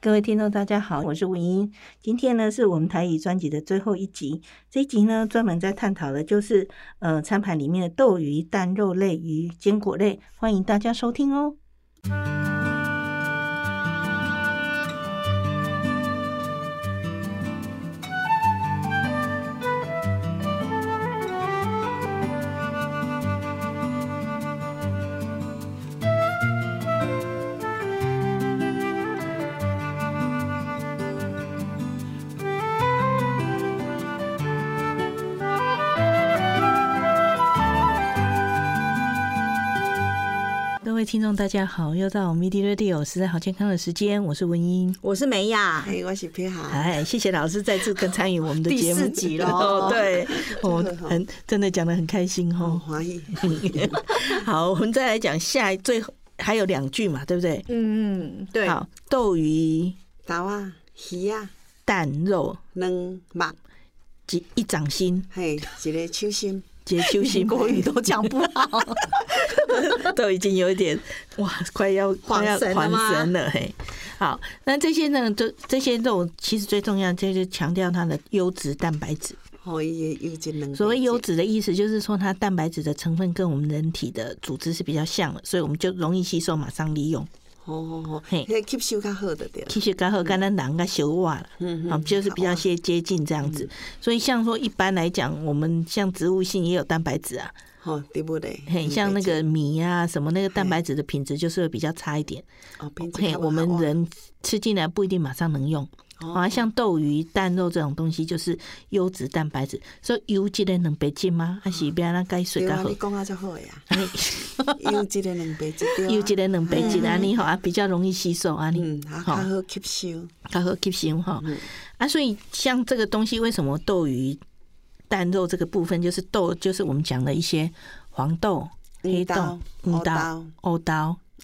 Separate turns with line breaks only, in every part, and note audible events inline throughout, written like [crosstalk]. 各位听众大家好，我是文英。今天呢是我们台语专辑的最后一集，这一集呢专门在探讨的就是呃餐盘里面的豆鱼、蛋肉类、鱼、坚果类，欢迎大家收听哦。
各位听众，大家好，又到我们 MIDI Radio 实在好健康的时间，我是文英。
我是美雅。
哎，我是皮好
[laughs] 哎，谢谢老师再次跟参与我们的节目，
第四集咯
哦 [laughs] 对，我很真的讲的很开心哦。
欢迎。
嗯 [laughs] 好，我们再来讲下一最后还有两句嘛，对不对？
嗯嗯，对，
好，斗鱼
[laughs] 豆啊、鱼啊、
蛋肉
卵、肉，
及一掌心
嘿，一个手心。
结揪心，
国语都讲不好。
[laughs] 都已经有一点哇，快要快要
神了
还
吗
神了嘿。好，那这些呢，就这些肉其实最重要就是强调它的优质蛋白质。
吼，伊的优质两。
所谓优，质的意思，就是说它蛋白质的成分跟我们人体的组织是比较像的，所以我们就容易吸收，马上利用。
吼吼吼，
嘿
迄吸收较好的对了。
其实刚好刚才狼跟小瓦了，
嗯
啊，嗯就是比较些接近这样子。所以像说一般来讲，我们像植物性也有蛋白质啊，
吼，对不对？
很像那个米啊什么那个蛋白质的品质就是会比较差一点。
哦，品质
嘿，
较
我们
好
人吃进来不一定马上能用。
哦
啊，像豆鱼、蛋肉这种东西，就是优质蛋白质。所以优质的能白进吗？还是不要让钙水
对
较
啊，
好
你？讲啊，足好
[laughs]
的呀。 [laughs] 优质的两白质对啊。
有一个两百斤安尼吼，啊比较容易吸收安尼
嗯，啊，，较
吼
好吸收。
较好吸收吼。啊，所以像这个东西，为什么豆鱼蛋肉这个部分，就是豆，就是我们讲的一些黄豆、
黄
黑
嗯豆
豆、红豆、欧豆、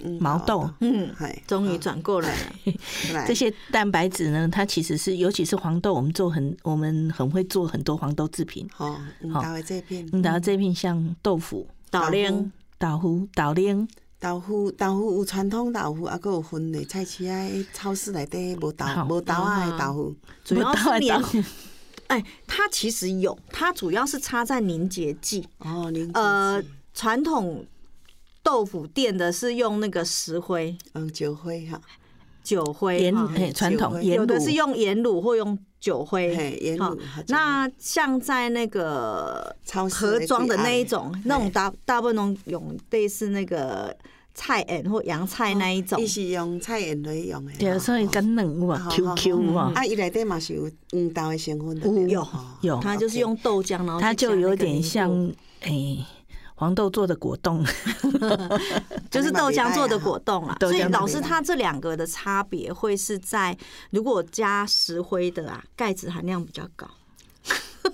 嗯
毛豆
嗯，
嘿，
终于转过来了。哎
来
这些蛋白质呢，它其实是，尤其是黄豆，我们做很，我们很会做很多黄豆制品。
吼，黄
好
豆的这片，
嗯，然后这片像豆腐、
导
豆
量
腐
豆腐、豆丁，
豆腐，豆腐有传统豆腐，啊，佫有分的菜市啊，超市内底无豆
好
无豆啊的豆腐。
主
要是连
豆腐
哎，它其实有，它主要是插在凝结剂。
哦，您
呃，传统豆腐店的是用那个石灰、
嗯，石灰哈，
酒灰
盐，
哈
嘿传
酒
统
味
盐
有的
卤
是用盐卤或用酒灰
嘿，盐
哈
卤和酒
那像在那个
超市
盒装的那一种
对，
那种大大部分都用类似那个菜盐或洋菜那一种
伊。是用菜盐来用的。
对，所以跟嫩有啊
好好好
，QQ 有啊，
啊，伊内底嘛是有黄豆的成分的哦
有。
啊对
有
吧
有，
它就是用豆浆，然后
它
去加
就
啊那
有
个
点
凝固
像诶、黄豆做的果冻，
就是豆浆
啊
做的果冻啦。
豆浆
所以
做的
老师它这两个的差别会是在，如果加石灰的啊，钙质含量比较
[laughs]
高。
啊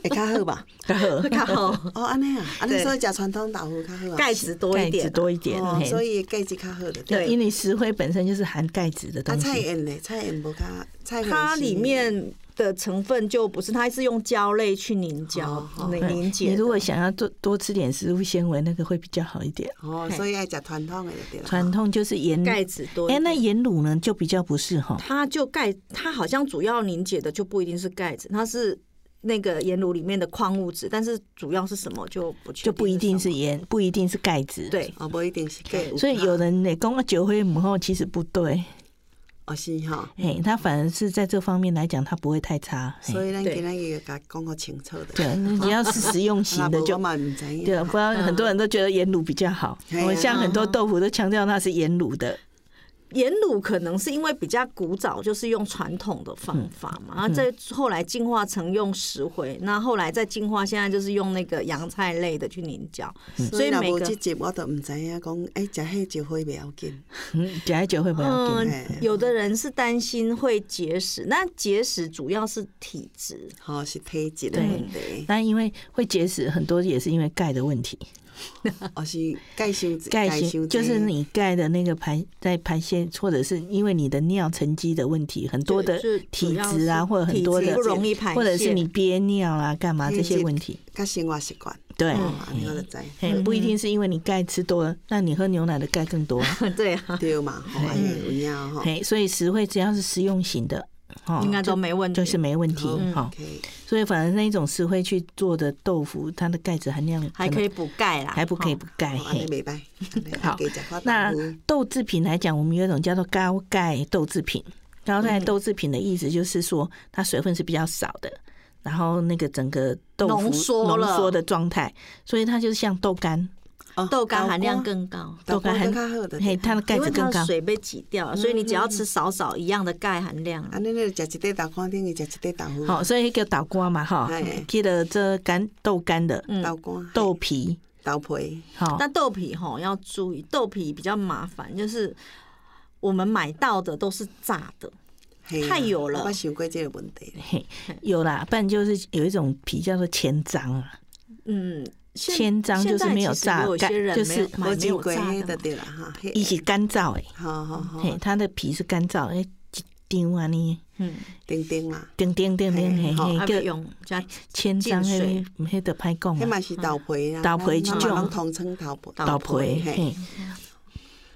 会较
[laughs]
好吧？
然后
哦，安尼啊，安尼
对
所以食传统豆腐较好啊，
钙
[laughs]
质多
钙
一
质
点，
多一点，
哦，
嘿
所以钙质较好的。
对
因为石灰本身就是含钙质的
啊，
东
菜
西，
盐嘞，菜盐无较菜粉
它
是
里面的成分就不是，它是用胶类去凝胶
哦哦
凝
嗯
凝
你
结的
如。果想要多多吃点食物纤维，那个会比较好一点。
哦，所以爱食传统的就对了。
传统就是盐，
钙质多一
哎、
点，
那盐卤呢就比较不是哈，
它就钙，它好像主要凝结的就不一定是钙质，它是那个盐卤里面的矿物质，但是主要是什么就不确定
就不一定是
什么
盐，不一定是钙质。，
对，
哦，无一定是钙，
所以有人呢讲啊酒会母后其实不对，
哦是吼，
嘿，他反而是在这方面来讲，他不会太差。嘿
所以咱
对
今仔日甲讲个清楚的。 [laughs]
对，你只要是实用型
[laughs]
的
啊无
就
我嘛毋知影。
对，不
嗯
然很多人都觉得盐卤比较好。
嗯
我像很多豆腐都强调那是盐卤的，
盐卤可能是因为比较古早，就是用传统的方法
嗯
嘛，然后再后来进化成用石灰，那后来再进化，现在就是用那个洋菜类的去凝胶，所
嗯
[laughs] 所以
以
若
每
无
个
即集，我都毋知影讲，哎，食迄石灰袂要紧，
嗯，假酒会不要给
嗯
你？
哎，
有的人是担心会结石，那结石主要是体质， [laughs]
吼是体质的问题，
但因为会结石，很多也是因为钙的问题，
哦是钙伤
钙
伤
性就是你钙的那个排在排泄，或者是因为你的尿沉积的问题，很多的
就就
体
主要
质啊，
是
或者很
体
多
质
的
不，容易排泄，
或者是你憋尿啦、干嘛这些问题，
甲生活习惯，
对。
嗯
哦，安尼我就知，
嘿不一定是因为你钙吃多了，那你喝牛奶的钙更
[laughs]
多。
对啊，
对嘛，吼，安尼有影吼
嘿，所以石灰只要是食用型的，哦
应该都
就
没问题，嗯
就是没问题哈。
，OK，
所以反而那一种石灰去做的豆腐，它的钙质含量
还
能
可以补钙啦，
还不可以
哈
补钙。
哦安尼
嘿，
袂歹，
好
安尼加食块
那
豆腐，
豆制品来讲，我们有一种叫做高钙豆制品。高钙豆制品的意思就是说，它水分是比较少的，然后那个整个豆腐
浓缩了
浓缩的状态，所以它就是像豆干，
哦
豆干含量
豆干
更高。
豆干含
豆干较好的
嘿，它的钙
因
质
为它
更
的
高。
水被挤掉了，所以你只要
嗯
吃少少一样的钙含量啊。
安尼你就食一块豆干，等于食一块豆腐，
好，所以叫豆干嘛哈
哎，
记得这干豆干的
嗯
豆干、
豆皮，
豆皮，
好，
但豆皮吼要注意，豆皮比较麻烦，就是我们买到的都是炸的，
嘿啊
太油了
我想过这个问题了，
嘿，有啦，不然就是有一种皮叫做千张啊，
嗯，现
千张就是
现在
没有
其实
炸
有
干
些人
就是
没有买
我
没
经
有
过
炸
迄
的
就
嘛，
对啦哈，嘿
一起干燥诶，
好好
哦
嘿，
好，
它的皮是干燥诶，一张啊呢，
嗯，
丁丁啊嘛，
叮叮叮叮，嘿
嘿
还
嘿，
要
叫
用加
千张
浸
诶
水，
迄得歹讲
迄
啊，
嘛是豆皮啦，
豆皮
咱
这
咱
种
嘛拢统称豆皮，
豆皮，
嘿，
嘿，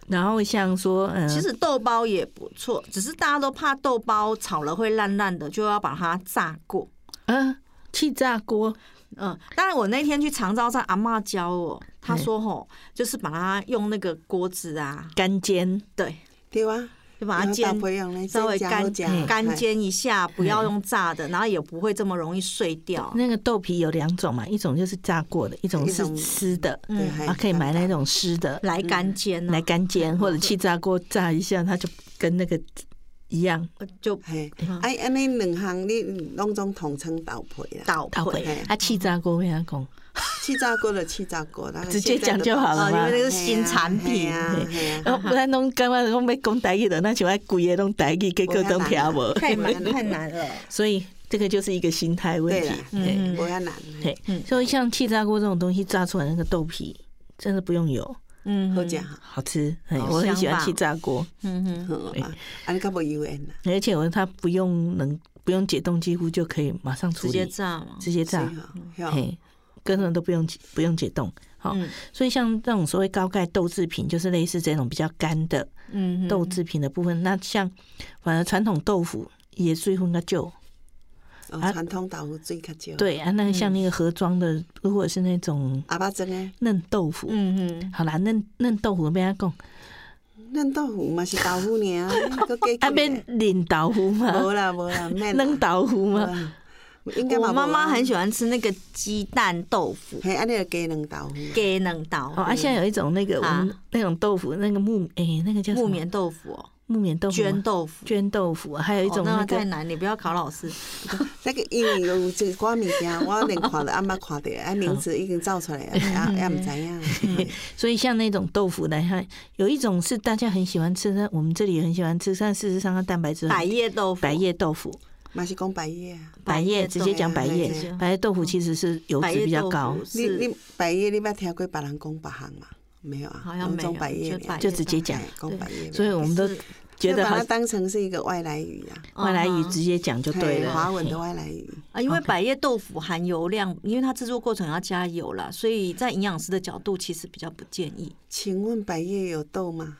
然后像说，嗯，
其实豆包也不错，只是大家都怕豆包炒了会烂烂的，就要把它炸过。
啊，气炸锅，
嗯，当然我那天去长照站，阿嬷教我，她说吼，就是把它用那个锅子啊，
干煎，
对，
对啊，
就把它
然后
煎
豆皮用咧
稍微干
煎
干，煎一下，不要用炸的，然后也不会这么容易碎掉。
那个豆皮有两种嘛，一种就是炸过的，一种
一种
是湿的，
嘿对嘿嗯
啊，可以买那
干
种湿的
来干煎哦呢
来，干
嗯
煎，或者气炸锅炸一下，它就跟那个一样
呃就
嘿，哎，安尼两项你拢总统称豆皮啦，
倒
倒回
回。
嘿。
啊，气炸锅为啥讲？
气炸锅就气炸锅，
直接讲就好了嘛
哦因为那个新产品
啊，嘿啊
哦，不然拢感觉拢要讲台语的，那像爱规个拢台语，结果都听
啊
无。
太难
[laughs]
太难了，
所以这个就是一个心态问
对
题
啦。，
嘿
嗯，不遐难，嘿
对，所以像气炸锅这种东西炸出来那个豆皮，真的不用油，
嗯，
好食哈，
好吃。嘿
好
我很喜
香
欢
吧
气炸锅，
嗯哼，
好啊，安尼较无油烟啦，
而且我它不用能不用解冻，几乎就可以马上处
直接
理，
炸嘛，
直接炸
所以。哈嘿哦
啊嘿，根本都不用解不用解冻。好，
嗯
所以像这种所谓高钙豆制品，就是类似这种比较干的
嗯哼，
豆制品的部分。那像反而传统豆腐也水分较旧，
哦
啊
传统豆腐水较少，，
对啊，
嗯
那个像那个盒装的，如果是那种
阿爸蒸诶，
嫩豆腐，
嗯哼，
好啦，嫩嫩豆腐被他讲，
嫩豆腐嘛是豆腐
[laughs]
尔，个加
啊
减
免
咧，
淋豆腐
啊
嘛，
无啦无
[laughs]
啦，免啦
嫩豆腐嘛，
啊应该嘛
我
无啊
妈妈很喜欢吃那个鸡蛋豆腐，
嘿，安尼就加两豆腐，
给能豆
哦，啊，现在有一种那个我们
啊
那种豆腐，那个木诶，那个叫什么
木棉豆腐哦，
木棉豆腐吗，
绢豆腐，
绢豆腐啊，还有一
哦
种
那
那
太
个
难，你不要考老师，
那个因为有一寡物件，我连看都阿捌看着，啊名字已经走出来了，啊也毋知影。
嗯
嘿
所以像那种豆腐来看，有一种是大家很喜欢吃，但我们这里也很喜欢吃，但事实上它蛋白质很
百叶豆腐，
百叶豆腐，
嘛是讲白叶啊，
百叶
豆
直接讲
啊
百叶
直
接，
百叶豆腐其实是油
百
脂
叶
比较
豆
高
腐，
你
是
你白叶你捌听过别人讲别项嘛？没有啊，
好像没有
讲白叶而已，
就百叶
就直接讲
嘿，讲白叶，
所以我们都
是
觉得
就
好
把它当成是一个外来语啊，
外来语
嗯
直接讲就对
嘿
了，
华文的外来语。
啊，因为
OK
百叶豆腐含油量，因为它制作过程要加油啦，所以在营养师的角度其实比较不建议。
请问白叶有豆吗？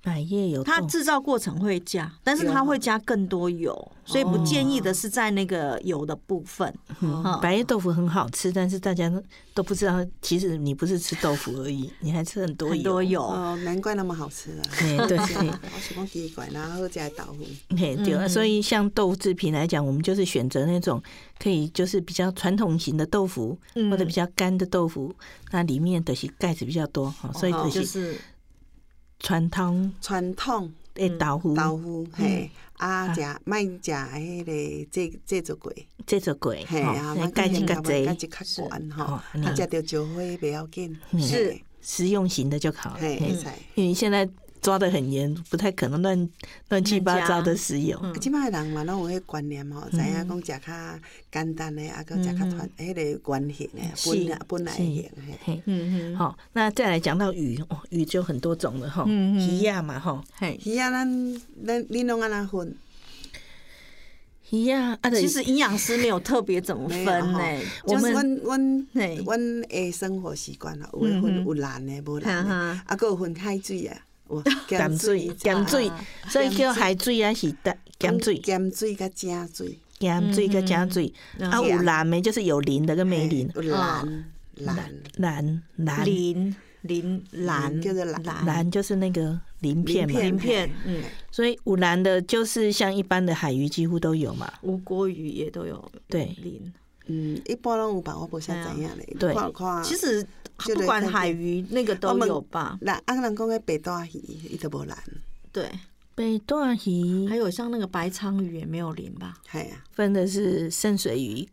百叶有
它
豆
制造过程会加，但是它会加更多油，所以不建议的是在那个油的部分。嗯
白叶豆腐很好吃，但是大家都不知道，其实你不是吃豆腐而已，你还吃很多
很多
油。
油，
哦，难怪那么好吃啊！
嘿对
[laughs] 我是讲奇怪，然后加豆腐，
嘿，对啊，所以像豆制品来讲，我们就是选择那种可以就是比较传统型的豆腐，
嗯
或者比较干的豆腐，那里面的是钙质比较多，哈，所以
哦
这
就
些
是
传统
传统
的豆腐，
豆腐，嘿，啊，食卖食迄个这这做粿，
这哦做粿，
嘿啊，
吼钙质较
钙
侪
质，较悬吼，
哦
啊，
嗯
食着石灰袂要紧，
是
嘿，
食用型的就好了。
嘿，
嘿
会使。
因为现在抓的很严，不太可能乱乱七八糟的石油。
嗯
啊即摆人嘛拢有迄观念吼，知影讲食较简单诶，啊，搁食较传迄个原型诶，本来本来诶型嘿。
嘿，
嗯嗯
好，那再来讲到鱼，哦，鱼就很多种了哈，
嗯嗯
鱼呀嘛哈，
嘿，
鱼啊，咱咱你拢安那分？
鱼呀，啊，就
其实营养师没有特别怎么分呢、
没有
我
就是
们
阮阮
嘿
阮诶生活习惯啊啦，有诶
嗯
分
哼
有蓝诶，无
哈
蓝诶
哈，
啊，搁有分海水啊，有
[laughs] 咸水，
啊
咸水，所以叫海水啊是淡咸水，
嗯
咸水甲正水，
咸水跟加水，啊，
嗯
有蓝的，就是有磷的跟没磷
嘿，有
哦
蓝蓝
蓝蓝
林林欸蓝
蓝叫做蓝
蓝就是那个鳞片嘛，
鳞
鳞
片
片，
嗯，
所以五蓝的就是像一般的海鱼几乎都有嘛，
无锅鱼也都有
对
鳞。
嗯，一般拢有吧，我无啥知影咧，
对
看看。
其实
啊就
不
得
管
看
海
见
鱼那个
我
都
们
有吧，
蓝啊，人讲个白带鱼，伊都无蓝，
对，
北段
还
鱼
有像那个白鲳鱼也没有鳞吧？
系啊。
分的是深水鱼，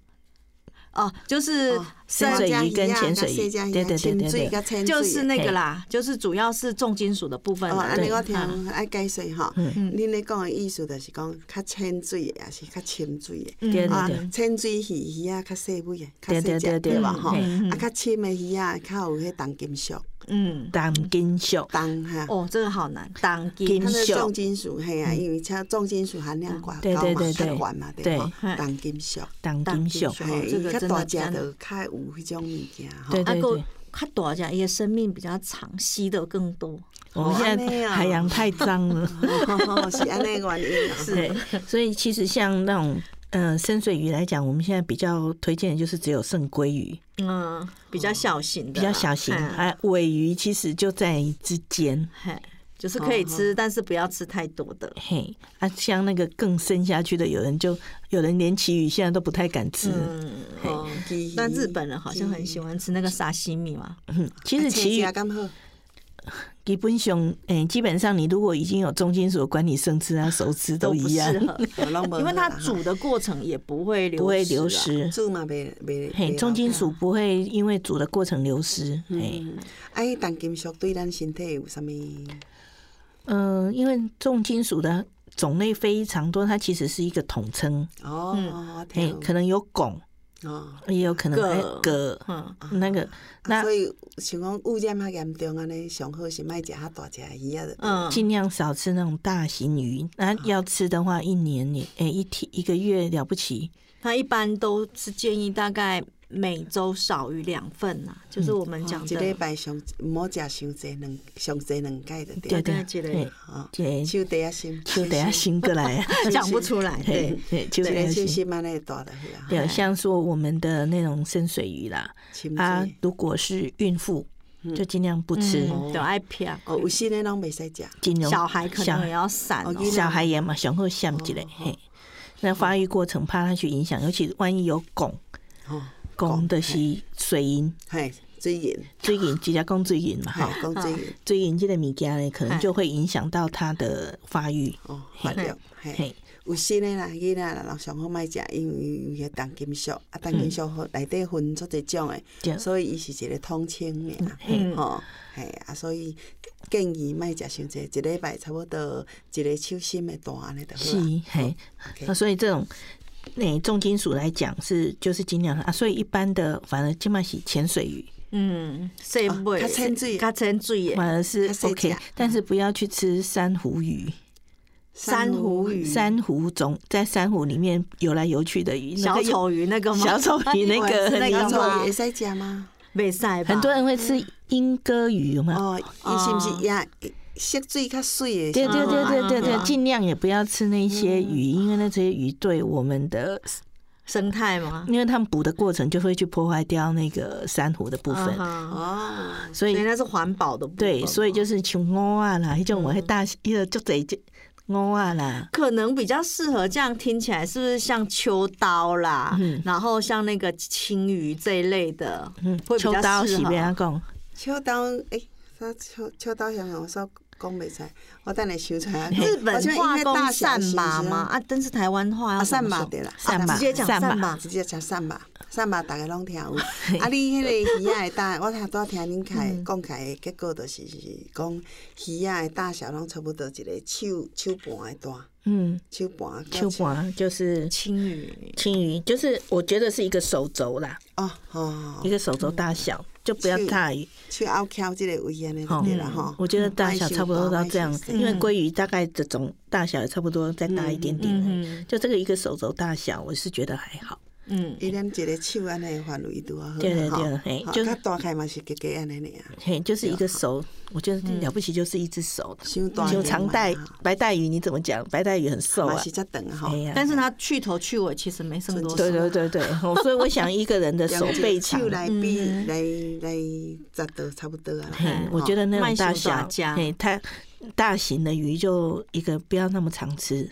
哦，就是
哦
深
深水
加
鱼跟
啊
潜
加
水鱼
细加
对
啊
对对
深
对
水
对
甲浅水
就是
的
那
嘿
个啦，就是主要是重金属的部分
哦，
啦。
安尼我听
啊
爱解释吼，
嗯
恁咧讲的意思就是讲较浅水的，也是较深水的。
对
嗯
对
啊
对，
浅水鱼鱼啊，较细尾的，较
对对
细
对
只
对
对吧？吼，
嗯
啊，较深的鱼啊，较有迄重金属，
嗯，
淡金秀，
重哈，
哦，这个好难，当
金
金啊
它的
属
重金属嘿啊，因为它重金属含量高
对
高
对
嘛
对，
较
对
高嘛，
对哦
对吼
嘿，
重金属，
淡金
重金
秀，
属
嘿，
这个
伊较
真的
大
真
只
的
就较有迄种物件吼。
哦对
啊，
对
够
对，
它大家也生命比较长，吸的更多。
我们哦现
哦
安尼
在
啊
海洋太脏了，
哦是安尼的原因啊。
对，所以其实像那种呃深水鱼来讲，我们现在比较推荐的就是只有圣鲑鱼，
嗯，比较小型的啦，
哦比较小型，
嗯
哎，尾鱼其实就在之间，
嘿，就是可以吃，但是不要吃太多的。
哦嘿，啊，像那个更深下去的，有人就有人连旗鱼现在都不太敢吃，
嗯，哦
鲫鱼
但日本人好像很喜欢吃那个沙西米嘛。
嗯，其实
啊
旗
青
鱼
虾敢好。
基本上，诶、基本上你如果已经有重金呃属，管你生吃啊、熟吃都
不哦
一
适
样， [laughs]
合，因为它煮
煮
的过程也不会流啊
不会流失。
煮嘛，袂袂
嘿，
袂
重金
老
属不会因为煮的过程流失。嘿，
化。啊，迄重金属对咱身体有啥物？
嗯、因为重金属的种类非常多，它其实是一个统称。
哦，我
嘿，
听
可能有汞，
哦。
也有可能还有铬，
嗯
那个
啊
那
所以想讲污染较严重安尼，上好是莫食较大只的鱼啊。就对了，
嗯，
尽量少吃那种大型鱼。那
啊
要吃的话，一年也诶、一天一个月了不起，
它一般都是建议大概每周少于两份呐，就是我们
嗯哦
讲
嗯一礼
的。
拜上毋好食伤济两上济两摆就对
对对
了。
大概一个
对，
哦，
对，
手底啊心，
就等下醒过来啊，
[laughs] 讲不出来，对
嘿，，嘿
一
就等
个
下
手
醒。
心安尼大就好啊。
对，
哎
像说我们的那种深水鱼啦，
深
啊
水，
如果是孕妇，就尽量不吃，
嗯就爱撇。
哦，有新的拢袂使食。
尽量
小孩可
小
能也要散哦
哦。囡
小孩也嘛，想后想起来，嘿，那发育过程怕它去影响，尤其万一有汞，
哦，
汞的是水银，
嘿，水银，
水银直接讲水银嘛，
嘿
哈，，
讲水银，
水银这个物件呢，可能
哎
就会影响到它的发育，
哦，发料，嘿
嘿。，
有新的啦，囡仔啦，人上好莫食，因为有迄重金属，啊，重金属好内底分出一种诶，
对，
所以伊是一个统称尔，
嘿，
吼，嘿啊，所以建议莫食伤济，一礼拜差不多一个手心诶大安尼就好
是
啊。，
嘿，
OK
那所以这种。那、重金属来讲是就是尽量啊，所以一般的反而起码是潜水鱼，
嗯，水
哦
尾
较浅水
较浅水耶，
反而是
它是
OK，
假
但是不要去吃珊瑚鱼。
珊瑚鱼、
珊瑚种在珊瑚里面游来游去的鱼，
小
那个
丑鱼那个吗？
小丑鱼那
[laughs]
个
是那个
小丑鱼
吗
会？使食吗？
袂晒吧？
很多人会吃
嗯
莺歌鱼，有没有？
哦，伊是毋是也色水较水诶？
对对对对对
啊
对，尽量也不要吃那些鱼，因为那些鱼对我们的，
嗯生态吗？
因为他们捕的过程就会去破坏掉那个珊瑚的部分，
啊哈嗯
哦，
所
所以
以
那是环保的部分嘛。
对，所以就是像蚵啊
嗯
啦，一种我会大一个就这就蚵啊啦，
可能比较适合这样听起来，是不是像秋刀啦，然后像那个青鱼这一类的，
嗯
会，比
秋
较
刀
适
是
合
边啊讲，
秋刀诶，啥秋秋刀想想我说讲袂出，我等下想出来。
日本
我这边
化
因为
工
大小
扇
是
麻
不是
吗？啊，但是台湾话要
啊，
怎
扇
么
麻
说
对啦，
扇
啊
麻
直接讲
扇麻
扇麻，
直接讲扇吧，扇吧，大家拢听
[laughs]
有。啊，你迄个鱼仔的大，我头拄仔听恁开
嗯
讲开的结果，就是讲鱼仔的大小拢差不多一个手手盘的大，
嗯，
手盘。
秋盘就是
青鱼
青鱼，就是我觉得是一个手肘啦，
哦哦，
一个手肘大小，就不要大于。
去凹翘即个位安尼就
哦
对啦
嗯
吼。
我觉得大小差不多到这样，
嗯
因为鲑鱼大概这种大小也差不多，再大一点点而已。
嗯
就这个一个手肘大小，我是觉得还好。
嗯，
伊咱一个手安尼的范围拄啊好啦，
对对
吼
对嘿
吼
就是
较大概嘛是加加安尼尔，
嘿，就是一个手，
啊
我觉得
嗯
了不起就是一只手了。
伤大
就
个
长
嘛
带
哈
白带鱼，你怎么讲？白带鱼很瘦
嘛
啊
是，较长吼
哎。呀，
但是它去头去尾其实没剩多少。啊
对对对对，哦所以我想一个人
[laughs]
的手
用一个
背长嗯
手，来比来来十度差不多啊啦。
嘿我觉得那种
慢
大
手打
小
架，
嘿，它大型的鱼就一个不要那么常吃，
嗯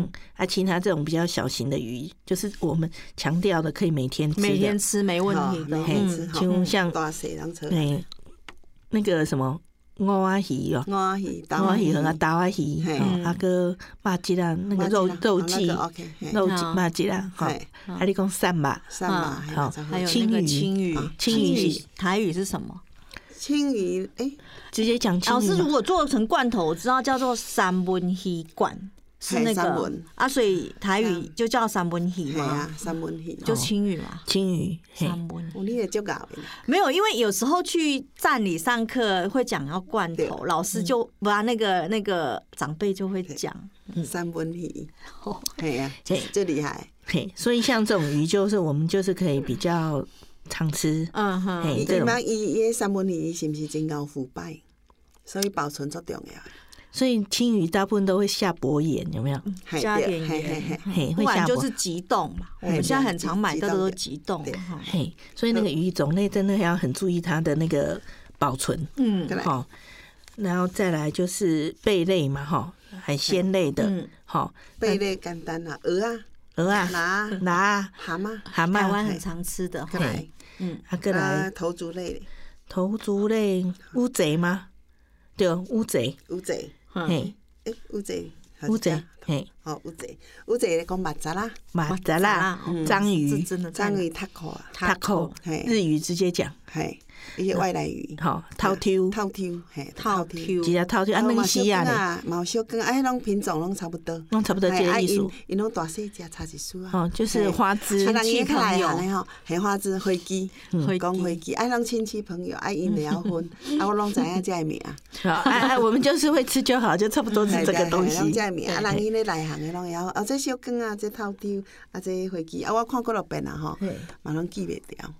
嗯，
啊，其他这种比较小型的鱼，就是我们强调的可以每天吃的，
每天吃没问题的
嗯好。每天吃
嘿，
哈
就像
大细人出来，
哎那个什么蚵仔鱼
嗯
哦，
我是豆
蚵仔鱼和豆仔鱼，
嘿
哦啊个肉鸡啦，那个肉肉
剂
剂，
啊，OK，嘿
肉
嘿
鸡肉鸡啦，哈，
嘿
啊你讲散吧，
三码
啊好
还
还有
有
那个青鱼
啊，
青鱼是
台语是什么？
青鱼，诶，
直接讲青
老师
鱼
如
嘛，
果做成罐头，我知道叫做三文鱼罐，是那
嘿三
个
文
啊，所以台语
嗯
就叫三文鱼
系
嘛
啊，，三文鱼
就
就
青鱼嘛，
青鱼，哦嘿，
三文鱼。
哦，你会足咬的啦，
没有，因为有时候去站里上课会讲要罐
对
头，老师
嗯
就不啊，那个那个长辈就会讲，
三文鱼
哦，
系啊，
嘿
最厉害，
嘿，所以像这种鱼，就是我们就是可以比较常吃，
嗯哼，
嘿，
伊
哎这
伊
种
嘛，伊伊三文鱼是毋是真够腐败，所以保存足重要的，
所以青鱼大部分都会下薄盐，有没
嗯
有？
嘿
加
对
点
嘿嘿
盐
嘿，
嘿，
不
会
然
下
就
薄
是。急冻嘛。我
嘿
们
对
现在很常买
急
到
冻
的都
的
急冻
对
哈，
嘿，所以那个鱼种类真的要很注意它的那个保存，
嗯
对
哦。然后再来就是贝类嘛，哈，海鲜类的，
嗯，
哈，
贝类简单啦，蚵啊，
鹅啊、
蛤啊，
拿啊、
蛤蟆，
蛤
台
蟆，
湾很常吃的，
再来，
啊，再
啊
来
头足类的
头足类、乌贼吗？对，乌贼，
有济，
嗯
嘿，
诶，有济，
乌贼，嘿，
哦，有济，有济讲目杂啦，
马扎啦、
嗯
章
是
鱼、
真的在
章鱼塔口啊，
塔口，
嘿
日语直接讲，
嘿，伊个外来鱼。
好，掏丢，
透抽，嘿，
套
抽。
Q，
直接掏丢，啊，那个西亚的，
啊，毛小根，哎，拢品种拢差不多，
拢差不多这个意思
哎啊因因拢大细只差一丝啊。
哦，就是花枝
啊，，人伊较内
朋友
行的吼，黑花枝、花枝，
嗯
讲花枝，哎，拢亲戚朋友，哎，因会
[laughs]
晓分，啊，我拢知影遮个名，
好哎哎，我们就是会吃就好，就差不多是这个东
嘿嘿
西
拢。遮个名，啊，人
对
伊咧内行的拢会晓，啊，这小根啊，这透抽，啊，这花枝，啊，我看过落遍啊吼，嘛拢记袂掉，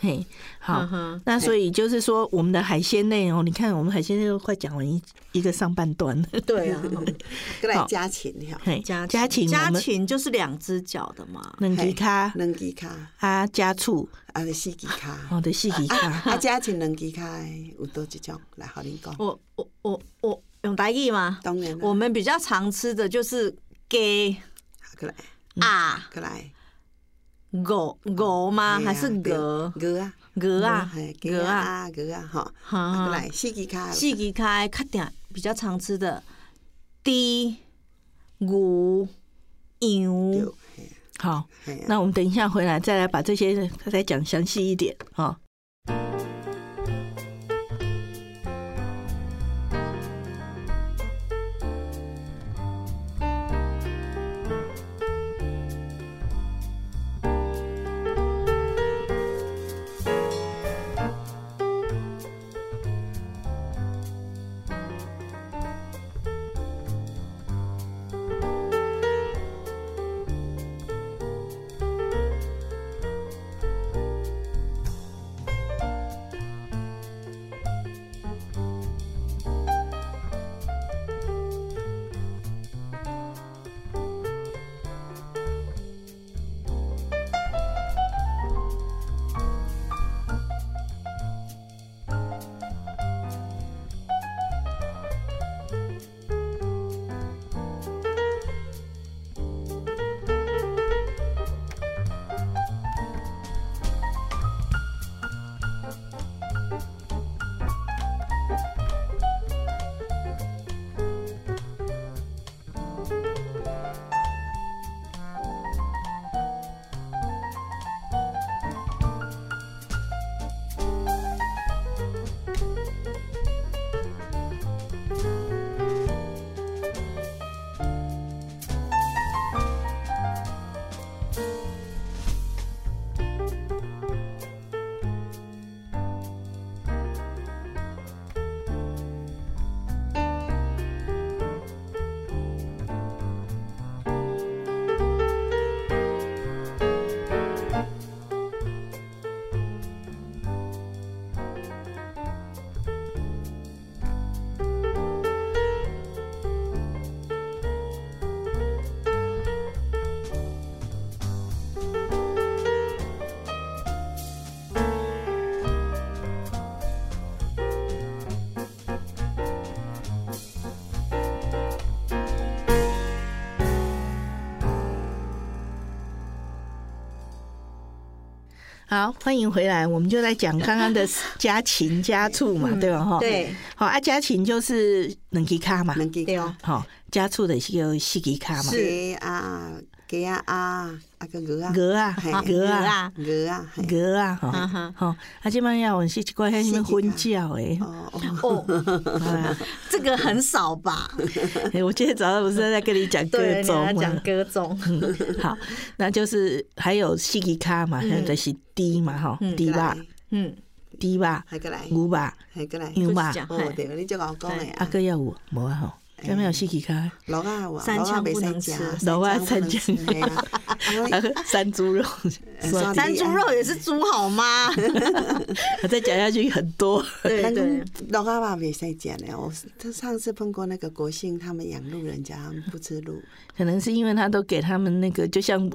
嘿，好
嗯，哼
那所以就是说，我们的海鲜类哦，你看我们海鲜类都快讲完一一个上半段了。
对
[laughs]
啊，
过来
好
加钱吼，
[laughs] 嘿，
家
家禽，
家
我们
禽就是两只脚的嘛，
两级卡
两支骹，
啊，家畜，
啊，四支骹。
哦，对，四级卡，
啊，加钱两支卡的有多一种来，互恁讲。
我我我我用台语吗？
当然啦，
哦我们比较常吃的就是鸡
过来，
啊。
过来，
鹅鹅吗？
嘿啊
还是
嗯对
鹅
鹅啊，
鹅啊
嘿
鹅
鹅
啊？
啊，鹅啊，吼，啊过
哈，
来，四支卡，
四季开较定比较常吃的猪、牛、羊
对，，嘿
好，
嘿啊，
那我们等一下回来再来把这些再讲详细一点哦。好，欢迎回来，我们就来讲刚刚的家禽家畜嘛，对吧？哈，
对，
好啊，家禽就是冷气卡嘛，
两支
对哦
脚，
好，家畜的是叫四吉卡嘛，
鸡啊、鸡啊、鸭啊个鹅啊、
鹅啊
嘿，
鹅
鹅
啊，
啊，
鹅啊，嘿
鹅啊，哈，
嗯哼，
好，啊，即摆要是一寡遐什么婚教
[laughs]
诶，
哦哦，
哦，
啊
这个很少
[laughs]
吧？
哎我今天早上不是在跟你讲各
对，你
种
啊
要讲
吗？
歌中，
好，那就是还有四吉卡嘛，还有就是猪嘛，哈，
嗯
猪吧
来，
嗯，
猪吧，
还过来，
牛吧，
还过来，
牛吧
就是，讲
哦对，你就我讲诶
啊，
啊，
个要有无啊？吼，下面有四吉卡。
老啊有啊，
三
老啊
枪
袂
不能
使食
吃，
老啊
三枪不能吃嘿啊
山猪肉，嗯
哎山
山猪肉也是猪好
[laughs]
吗？
[laughs] 再讲下去很多。
对
咱
对
讲，鹿啊嘛袂使讲的，我他上次碰过那个国姓，他们养鹿人家，他们不吃鹿，
可能是因为他都给他们那个，就像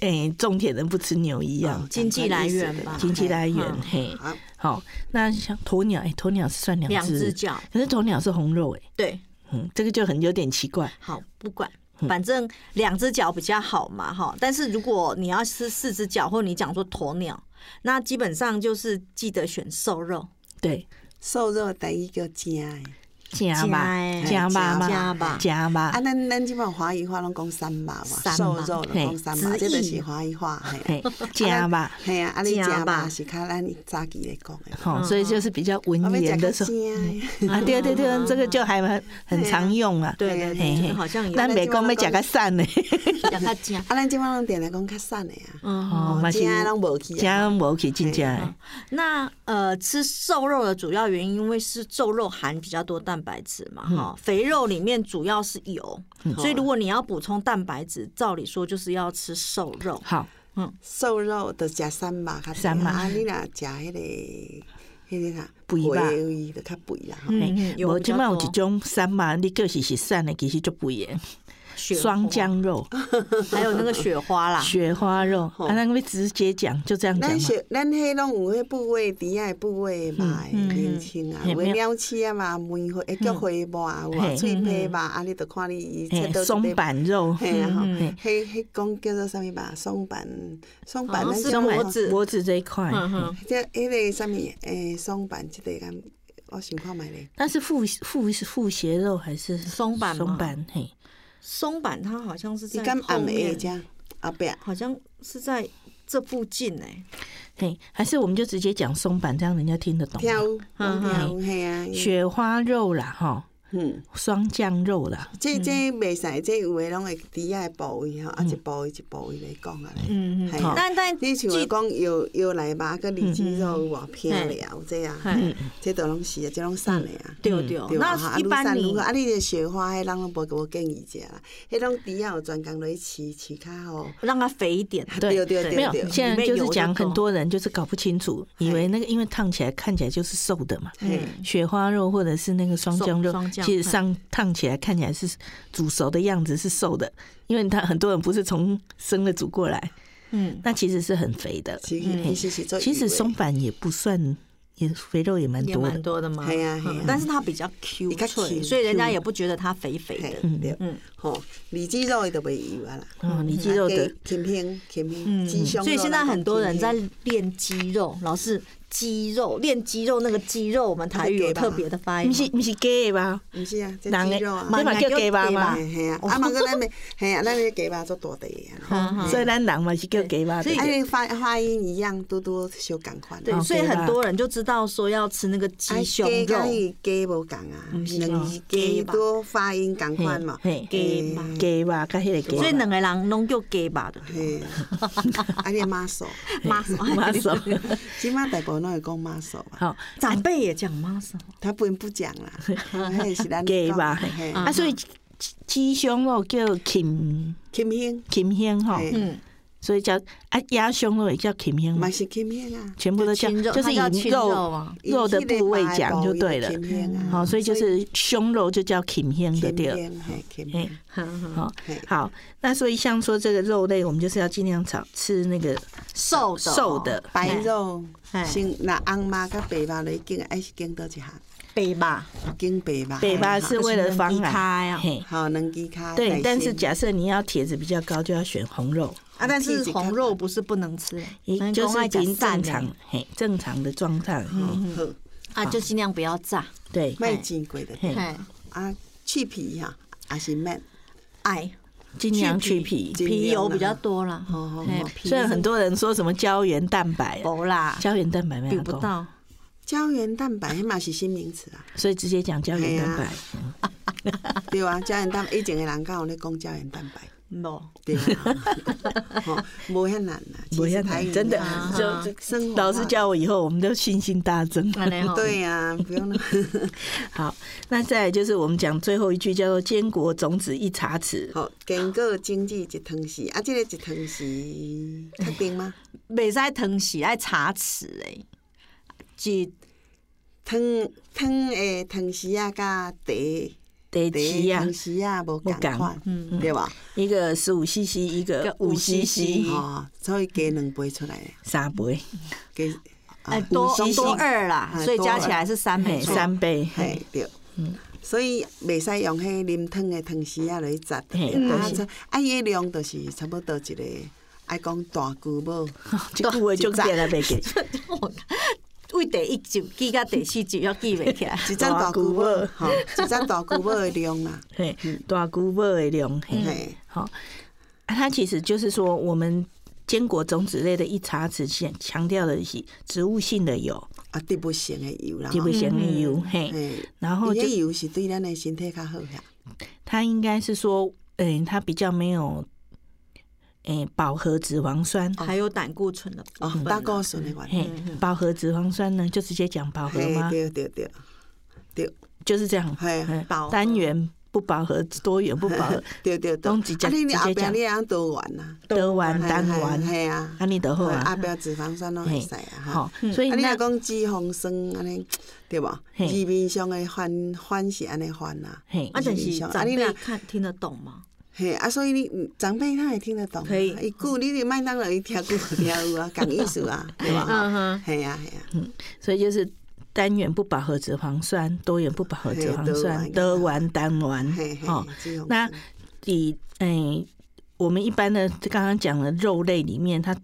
诶、种田人不吃牛一样，
哦经济来源吧
经济来源。
嗯
嘿，
好，
好，那像鸵鸟，诶、鸵鸟是算两
两只
只，
脚，
可是鸵鸟是红肉、诶，
对，
嗯，这个就很有点奇怪。
好，不管，
嗯
反正两只脚比较好嘛，哈。但是如果你要吃四只脚，或你讲说鸵鸟，那基本上就是记得选瘦肉，
对，
瘦肉第一叫正的。
加吧，加
加
吧
哎
嘛，
加吧，
加
啊，
吧，
咱咱即满华语话拢讲三麻
三
嘛，
麻
瘦肉拢讲三麻，
嘿
这
直
就
译
是华语话。嘿啊
嘿，加吧，
嘿啊，啊你
正
正
吧
嘛是较咱早期来讲的，
[laughs]
嗯
好，所以就是比较
我
文
们
言
讲
的
较
时候
正的。
啊，对对对，这个就还蛮很常用啊。
对对对，
嘿
就好像有
咱
那
美讲要食个散呢，
两个
[laughs]
加，
啊，咱即满拢定来讲较瘦的啊，
嗯。
哦， [laughs] 嘛是
正的拢无去啊。
加无去真正的。
那呃，吃瘦肉的主要原因，因为是瘦肉含比较多蛋白质嘛，
嗯
哈、肥肉里面主要是油，所以如果你要补充蛋白质，照理说就是要吃瘦肉。
好，
瘦肉就食三麻较
三
正，
麻
啊，你若食迄个迄个啥
肥肉
肥就较肥啦。
哎
吼
嗯，
无
比
即
较
摆有
多
一种三嘛，你叫是是散的，其实就不盐，
雪
双
花
姜肉、
还有那个雪花啦，
雪花肉，啊，那个直接讲就这样讲啊
咱
嘛。
小咱迄拢有迄部位，底下的部位嘛，名称啊，
嗯
有诶鸟鼠啊嘛，梅花、诶叫花麻啊，有啊，
嘿嗯
脆皮嘛，啊，你着看你伊切
嘿
到，
松板嗯肉，
嘿啊吼，
嘿
迄迄讲叫做啥物吧？松板，松板，
好像哦是
咱这
松
个
板
脖子
嗯脖子这一块，
嗯哼，
这迄个啥物？诶，松板即个敢，我想看觅咧。
那是腹腹腹斜肉还是
松板吗
松板，嘿，
松板它好像是
你
在
敢
后
暗下
面，
遮后壁
好像是在这附近哎、
嘿，还是我们就直接讲松板，这样人家听得懂
跳
吗。
嗯
舞，拢跳舞，嘿啊。
雪花肉啦，哈，
嗯，
双姜肉啦，
这这袂使，这有诶拢会底下的部位吼，啊，一部位一部位来讲啊咧。
嗯
嘿
嗯，但但
你像
记嗯
讲摇摇来吧，个里脊肉有偌偏了，有这啊，
嘿
这都拢是啊，这拢瘦的啊。
对对，
对吧
那
啊
一
愈
般
瘦愈
你
好啊，你这雪花，迄咱拢无无建议食啦，迄拢底下有专工来饲饲较好。
让它肥一
[laughs]
点，
对对对
没有
对，，
现在
里面
就
有
是
就
讲很
够
多人就是搞不清楚，以为那个因为烫起来看起来就是瘦的嘛，
嘿
雪花肉或者是那个双姜肉
双双，姜
其实上烫起来看起来是煮熟的样子是瘦的，因为它很多人不是从生的煮过来，
嗯，
那其实是很肥的。
其实其实是做
其实松板也不算，也肥肉也蛮
也
多
蛮
的。
多的嘛，
嘿啊
嗯
嘿啊
但是它比较 Q
比较
脆，
Q，
所以人家也不觉得它肥肥
嘿
的，
对，吼，里脊肉伊都袂油啊啦。
哦
啊
嗯，里脊肉的
轻轻轻
嗯，
轻，鸡胸肉
所以现在很多人在
咱讲
练肌肉，老是肌肉练肌肉，那个肌肉我们台语有特别的发音
不
吗，
是不是假的吧？
轻轻，毋是啊，这
人的
鸡肉啊，
这嘛叫鸡巴嘛，
嘿嘿啊，
哦
啊嘛个咱咪，嘿啊，咱咪鸡肉做大块啊。
嗯，嗯
所以咱人嘛是叫假吧？
所以
啊，
对
你发发音一样，多多小共款。
对，
哦
所以
对吧
很多人就知道说要吃那个鸡胸肉，
伊啊鸡无共啊，两字鸡多发音共款嘛。
哦嘿，
鸡吧，
假吧，啊跟迄个假吧。
所以两个人拢叫鸡吧的，
嘿， [laughs] 啊，你妈手，
妈手，
[laughs] 妈手
即马大部分拢会讲妈手啊，
好，
长辈也讲妈手，
他本不讲啦，迄是咱
假吧？
哦嘿
嘿，啊，所以鸡鸡胸肉叫琴
轻轻，
琴香哈，
嘿
嗯，
所以叫啊鸭胸肉也叫琴香嘛
嘛。是轻轻啊。
全部都叫
就，
就是
它叫
以
青
肉
肉啊
肉的部位讲就对了。
嗯
好，所以就是胸肉就叫 k i 的
甜
第二。
甜，嘿，甜
嘿
甜，
好
嘿，
好，那所以像说这个肉类，我们就是要尽量少吃那个
瘦的哦
瘦的，
白肉
嘿，
先那红肉甲白肉来拣，爱是拣倒一项。
背吧，
经白吧，
背吧是为了防
就是能低
癌
开啊
嘿
好能给卡。
对，但是假设你要铁质比较高，就要选红肉，
啊，但是红肉不是不能吃，咱
就
讲爱
是
吃
比正
散的
常，嘿，嗯正常的状态，嘿
好，
啊，就尽量不要炸。
对，
卖真贵的
嘿，
哎，
啊，去皮哈，还是卖，
爱
尽量去皮。
尽
哎皮
量
油
啦
比较多啦
好好，
哎
好，
皮
虽然很多人说什么胶原蛋白，啊
薄啦，
胶原蛋白没
比
有
不，到。
胶原蛋白那嘛是新名词
[laughs]
啊，
所以直接讲胶原蛋白嗯
哎。对啊，胶原蛋白以前的人敢有咧讲胶原蛋白，
无，
对
[laughs]
啊，吼，无遐难啦，
不要
其实台语
真的
啊
就就
生活化
老师教我以后，我们都信心大 [laughs] 增。
安 [laughs] 尼吼，
对啊，不用那么
好，那再来就是我们讲最后一句叫做“坚果种子一茶匙
好，经过经济一汤匙，啊，这个一汤匙确定吗？
袂使汤匙爱茶匙哎诶，一
汤汤的汤匙啊，甲茶”，
得
茶
齐呀
汤，匙啊，无共
不
款，对吧？
一个十五 CC，一个五 CC，
哦，所以加两杯出来，
三杯，
加
哎
啊
多
五 cc
多二啦，
哎
所以加起来是三
嘿
没错。
三杯，
嘿，对。所以袂使用迄啉汤的汤匙啊来扎，
嘿
啊
就是
这啊伊的量就是差不多一个，爱讲大舅母，
这句话就 [laughs] 给了袂给，
为第一集记到第四集要记袂起来。
一盏大舅母
大舅母，
吼，一盏大舅母的量啦，
嘿，大姑母的量，嘿，
嘿，
好，啊它其实就是说我们坚果种子类的一茶匙，强强调的是植物性的油，
啊，植物性的油啦，
植物性的
嗯
油，嘿，
嘿，
然后
伊
就
的油是对咱的身体较好呀，
它应该是说，嗯，它比较没有，诶，饱和脂肪酸。
还有胆固醇的部
哦
分，啊
胆固醇的原
嘿
因，，
饱和脂肪酸呢，就直接讲饱和
嗯嘿，
吗？
对对对，
就是这样，
嘿，
嗯
饱和
单元不饱和，多元不饱和，
对对对，
拢直接
啊，你你后
直接
壁
讲
你也 [laughs] 多元啦，
得完
啊嘿
单完，
嘿啊，
啊，你得后
后
啊，
壁脂肪酸拢会
嘿
使啊，哈。
好，所以
啊，你
那
若讲脂肪酸安尼，对无？
嘿
字面上的翻翻是安尼翻啦。
嘿，
但是
啊
长
你若
辈看听得懂吗？
嘿，啊，所以你嗯长辈他也听得懂啊。
可以
伊久你伫麦当劳伊听久就听有啊，讲意思啊，对
嗯
吧？
哼，
[laughs] 嘿啊嘿啊，
所以就是单元不饱和脂肪酸，多元不饱和脂肪酸
嘿，
得
得
完单完
嘿，嘿
哦，，
脂肪
那
酸
你诶，我们一般的刚刚讲的肉类里面，它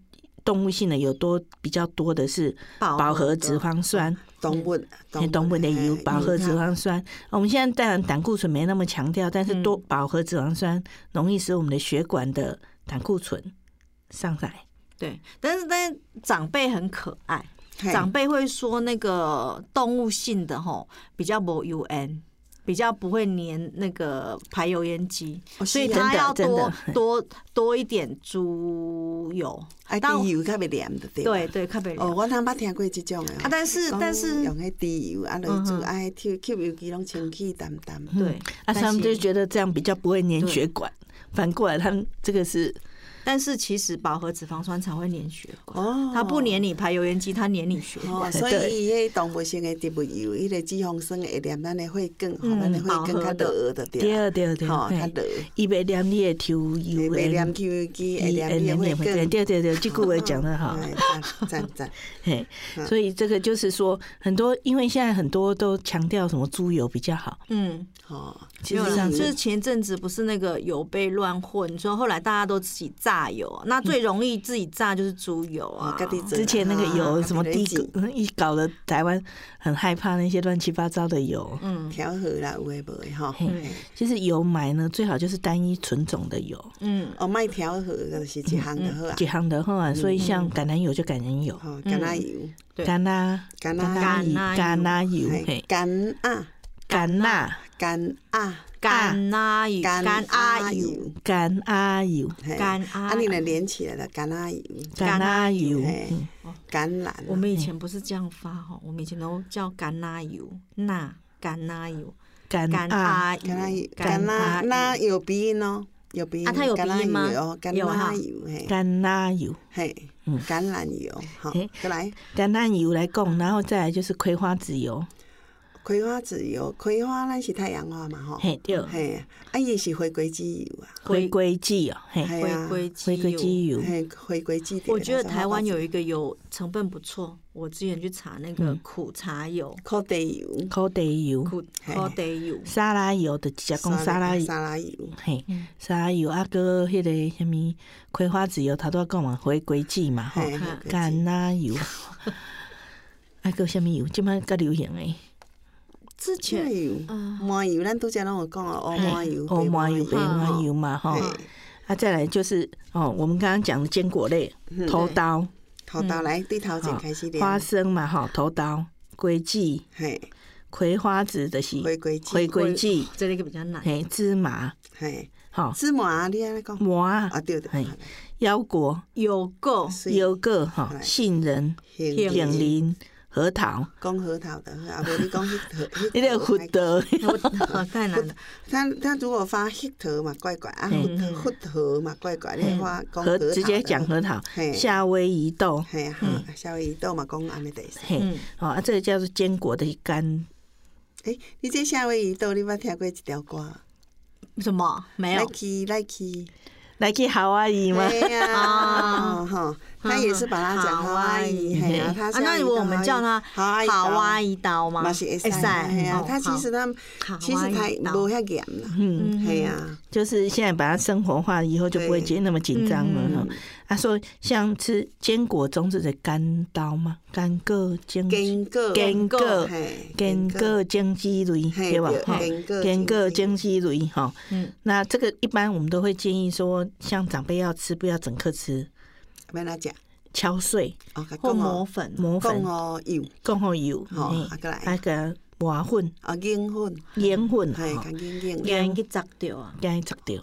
动物性的有多比较多的是饱和脂肪酸，
动物
嘿动物的哎油
嘿
饱和脂
它
肪酸。哦我们现在当然胆固醇没那么强调，但是多饱和脂肪酸容易使我们的血管的胆固醇上来。
对，但是但是长辈很可爱，
嘿
长辈会说那个动物性的吼比较无油烟，比较不会粘那个排油烟机，
哦
所以
是啊
它要
真的
多
真的
多多一点猪油。
啊，
当
猪油较袂黏的对吧。
对对，看不
哦，
了。
我通捌听过即种的
啊，
哦。
但是
讲
但是
用迄猪油
嗯
啊来煮，啊，迄吸吸油机拢清气淡淡。
对，
啊，
但
他们就是觉得这样比较不会粘血管。反过来，他们这个是
但是其实饱和脂肪酸才会粘血管，
哦
它不粘你排油烟机，它粘你血管。
哦，所以伊迄动物性的植物油，迄个脂肪酸会连咱的血管，
嗯
吼，咱的血管较弱的
第
对啊，
二、第二、第
吼，
二，
较
嘿
弱，
伊袂黏你的头油
袂
的嗯
黏 Q 肌，会
伊
连你
黏
的嗯
黏
血管。
对对对，这句话讲的好。
哎赞赞赞，
嘿，
嗯
所以这个就是说，很多因为现在很多都强调什么猪油比较好，
嗯，
吼，
[laughs] 其
没
实
有啦，
上
就是前阵子不是那个油被乱混，所以后来大家都自己榨油，啊那最容易自己榨就是猪油
哦
啊，
家己做
之前那个
啊
油什么低
低
谷 [laughs] 一搞得台湾很害怕那些乱七八糟的油。
嗯
调和啦，有诶无诶吼，
嘿
嘿
其实油买呢，最好就是单一纯种的油，
嗯，
哦，卖调和就是一项就好啊，
几行的话，所以
嗯
像橄榄油就橄榄油，
吼，橄榄油，
对
橄榄
橄榄
榄
油
油橄榄油，
嘿
嘿，
橄啊，
橄榄
橄啊，
干啊油，干啊
啊
油，，
橄榄油
嘿
干啊
啊，你若连起来了，橄榄油，
橄榄油，
嘿
嗯
橄榄啊，
我们以前不是这样发哈，我们以前都叫干啊油，那干啊油，
橄
干
榄
啊
橄榄油
油，，
橄
啊
榄
油
那有鼻音哦，有鼻音。
啊它嗯有
橄榄
鼻音吗
油哦，橄
有哈
榄油，嘿，
橄榄油。
嘿，橄榄油，好
嘿，
再来，
橄榄油来供，然后再来就是葵花籽油，
葵花籽油，葵花咱是太阳花嘛吼，
嘿对，
哦嘿，啊伊是回归籽油啊，
回归剂哦，嘿，
嘿
回
啊，
归
回归
基
机油，
嘿，回归籽。
我觉得台湾有一个有成分不错，我之前去查那个苦茶油、
烤地油、
烤地油、
苦
嗯嘿
苦地油，
沙拉油的，加工沙拉油，
沙拉油，
嘿，沙拉油啊，搁迄个什物葵花籽油，头拄仔讲嘛，回归剂嘛，吼，
嘿，
橄榄油，啊，搁什物油，即摆较流行诶，
之前
橄油、麻油，咱拄则拢有讲啊，乌麻油、
黑哦麻油、白麻
油，
油嘛，吼，
嘿
啊，再来就是哦，我们刚刚讲的坚果类，
嗯
头刀、
头头来对头前开始
花
量，
生嘛，吼，头刀、归剂、
嘿，
葵花籽的是
回归
回
籽，
归剂，
这个比较难。
嘿，芝麻，
嘿，
吼，
芝麻你安尼讲，
麻
啊
啊，
对对，
嘿腰果、
有够
水
油果，哈，
哎
杏仁、
杏
杏
仁
林、核桃，
讲核桃的，啊，无你讲迄桃，
[laughs] 你个胡桃，
我 [laughs] 太难了，
他他如果发黑桃嘛怪怪，啊，胡桃胡桃嘛怪怪，你发
[laughs]
讲
核直接讲核嗯桃，
嘿
夏威夷豆，
嘿哈，夏威夷豆嘛讲安尼得。
嘿，
嗯
哦，啊，这个叫做坚果的干，
诶，你这夏威夷豆你捌听过一条歌
什么没有？
？Nike Nike，
来去啊夏威夷吗？哦嗯 [laughs]
对呀，哈，他也是把它讲哈伊，嘿啊，他
啊，那我们叫它
哈
卡
啊
哇伊刀吗？
嘛是会使，嘿
哎
哦
啊，他其实他其实他无遐严啦，
嗯，
嘿啊，
就是现在把它生活化，以后就不会觉得那么紧张了哈。他说，像吃坚果种子的干刀吗？干果坚
坚果，
坚果
嘿，
坚果经济类
嘿
对吧？
对
哈
坚果，
坚果经
经
济类哈。
嗯
那这个一般我们都会建议说，像长辈要吃，不要整颗吃，
要哪食？
敲碎
哦，甲
或
讲
磨
哦，
粉，啊
磨
讲
粉，
哦油，
更好油，
吼
嘿
啊再来
那个磨粉、
啊硬粉，
盐粉，
嘿，
哈
甲硬硬
给人去砸掉啊，
给它砸掉，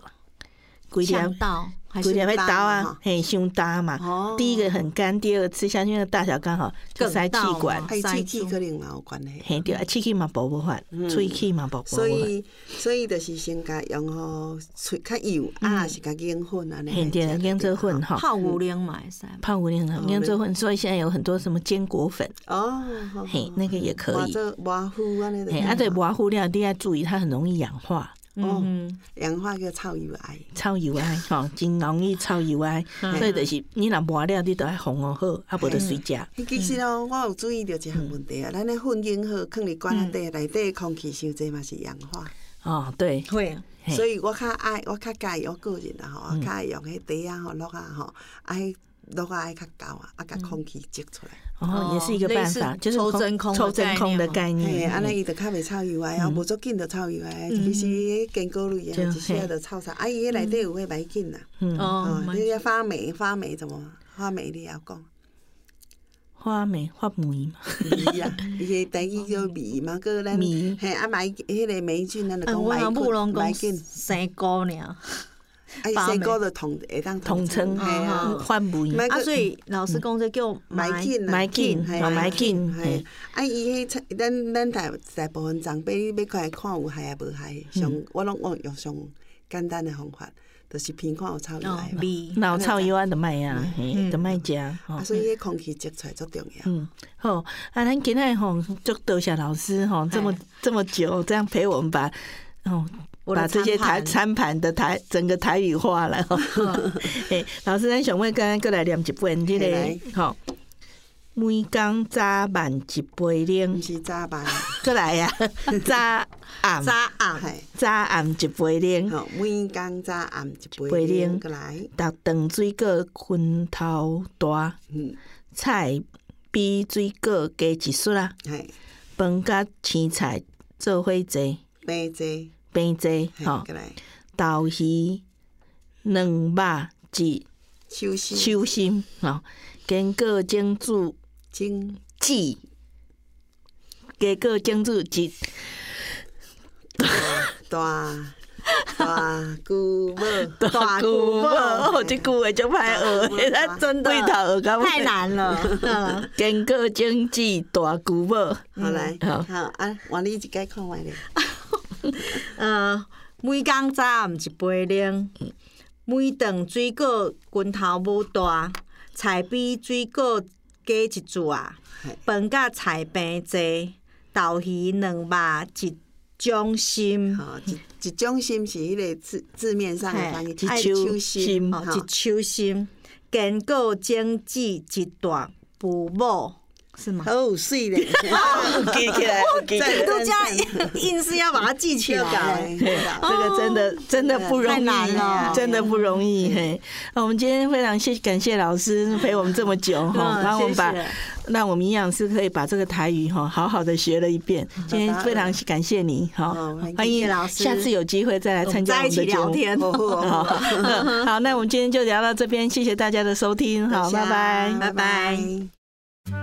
规条
呛到还
规
是
条会刀
干
啊
哈，
嘿，胸搭嘛。
哦
第一个很干，第二个吃下去的大小刚好就塞气管
更大嘛，塞
哎，气气
住
可能嘛有关系，
嘿对啊，气气嘛保不法，喙气嘛保不法
所，以所以就是先甲用吼喙较油啊，是甲硬粉安尼
嗯
来
嘿
吃。
对啊，跟这混哈。
泡五零买噻，
泡芙莲
哦
蓉、用这混，所以现在有很多什么坚果粉，
哦，好
嘿，那个也可
麻
以。
做麻糊安尼
嘿，
的，
啊
[laughs]
对，瓦糊料一定要注意，它很容易氧化，
嗯
氧化叫臭油癌。
超油哎，吼，真容易超油哎，所以就是你若磨料，你都要烘哦好，啊，无就水食。
迄其实哦，我有注意到一项问题啊，咱的粪烟盒放伫罐仔底，内底的空气伤济嘛是氧化，
哦，对，
会
嘿嗯
所以我较爱，我较介意我个人啊吼，我较爱用迄袋啊吼落啊吼，啊迄落啊爱较厚啊，啊甲空气挤出来。
哦，也是一个
类
办
似
法，就是
抽
空
真空的
抽真空的概
哦嘿，啊
念。嗯
安尼
嘿
伊就较袂臭油啊，啊
嗯
无足紧就臭油啊，其实迄坚果类啊，
对
一下就臭啥，啊伊迄内底有迄歹菌啦，
嗯，
哦
哦，，你个发霉发霉怎么发霉你也要讲。
花梅花梅嘛，
味啊，伊个台语叫味嘛，搁咱
味
嘿啊霉，迄个霉菌咱就
啊，
讲
我
霉
阿母
菌，
拢
霉
讲
菌，
生菇尔，
啊，
发霉
生菇就统会当
统称哦
嘿啊，
花梅
那
啊，
个
所以老师讲这叫
霉
埋
菌啊，
霉菌
嘿
哦霉菌
嘿
嘿，
啊，伊迄咱咱大大部分长辈要看看有害啊无害，上我拢用用上简单的方法，就是偏看有臭味
哦
害嘛，
味，
老臭油啊，就卖啊，嘿，就卖食。吼
啊，所以迄空气接出来足重要，
嗯，好，啊，咱今天吼，就多谢老师吼，这么
哎
这么久这样陪我们把，哦，
我的
把这些
餐
台
盘
餐盘的台整个台语化了。
[laughs]
哎，老师，咱想问，刚刚过来念一本这
嘿
个，吼，每工早晚一杯
毋
冷，
是早饭，
过来
[laughs]
呀，早暗
渣啊，
嘿，
早暗一杯冷，
嗯
吼，每工早暗一
杯
杯
奶
奶过来，
逐顿水果拳头大，
嗯，
菜比水果加一撮啊，
嘿，
饭甲青菜做伙济。
白济。
冰济
嘿
吼，
过来，
豆鱼、卵肉、一
手心、
手心吼，坚果种子
睛、
籽，坚果种子籽，
大、大姑母、
大 [laughs] 姑母，哦，即句话就歹 [laughs] 学，咱准对头学到尾 [laughs]
太。难了，嗯
坚果种子大姑母，
好来，
好
好啊，换你一解看卖咧。
呃，每工早暗一杯奶，每顿水果拳头无大，菜比水果加一撮啊
嘿，
饭甲菜平济，豆鱼两肉一掌心，
吼，一一种心是迄个字字面上的翻译，
嘿
爱
一手
手
心
心，
哦，
吼
一手心，坚果精子一大补母，是吗？
好有水嘞，
记起来，记
赞
都
赞
加
赞
硬是要把它记起
对
来。
对对
这个真的真的不容
哦太
易
难了嗯
真的不容易。嘿，那我们今天非常谢感谢老师陪我们这么久哈，
[laughs] 嗯
让我们把
谢谢
让我们营养师可以把这个台语哈好好的学了一遍。
嗯
今天非常感谢你哈
哦，
欢
谢
迎
谢老师
下次有机会再来参加我
在一
们
起
的节
聊
目。
天，
好，嗯 [laughs] 好，那我们今天就聊到这边，谢谢大家的收听，好，拜拜。
啊拜拜。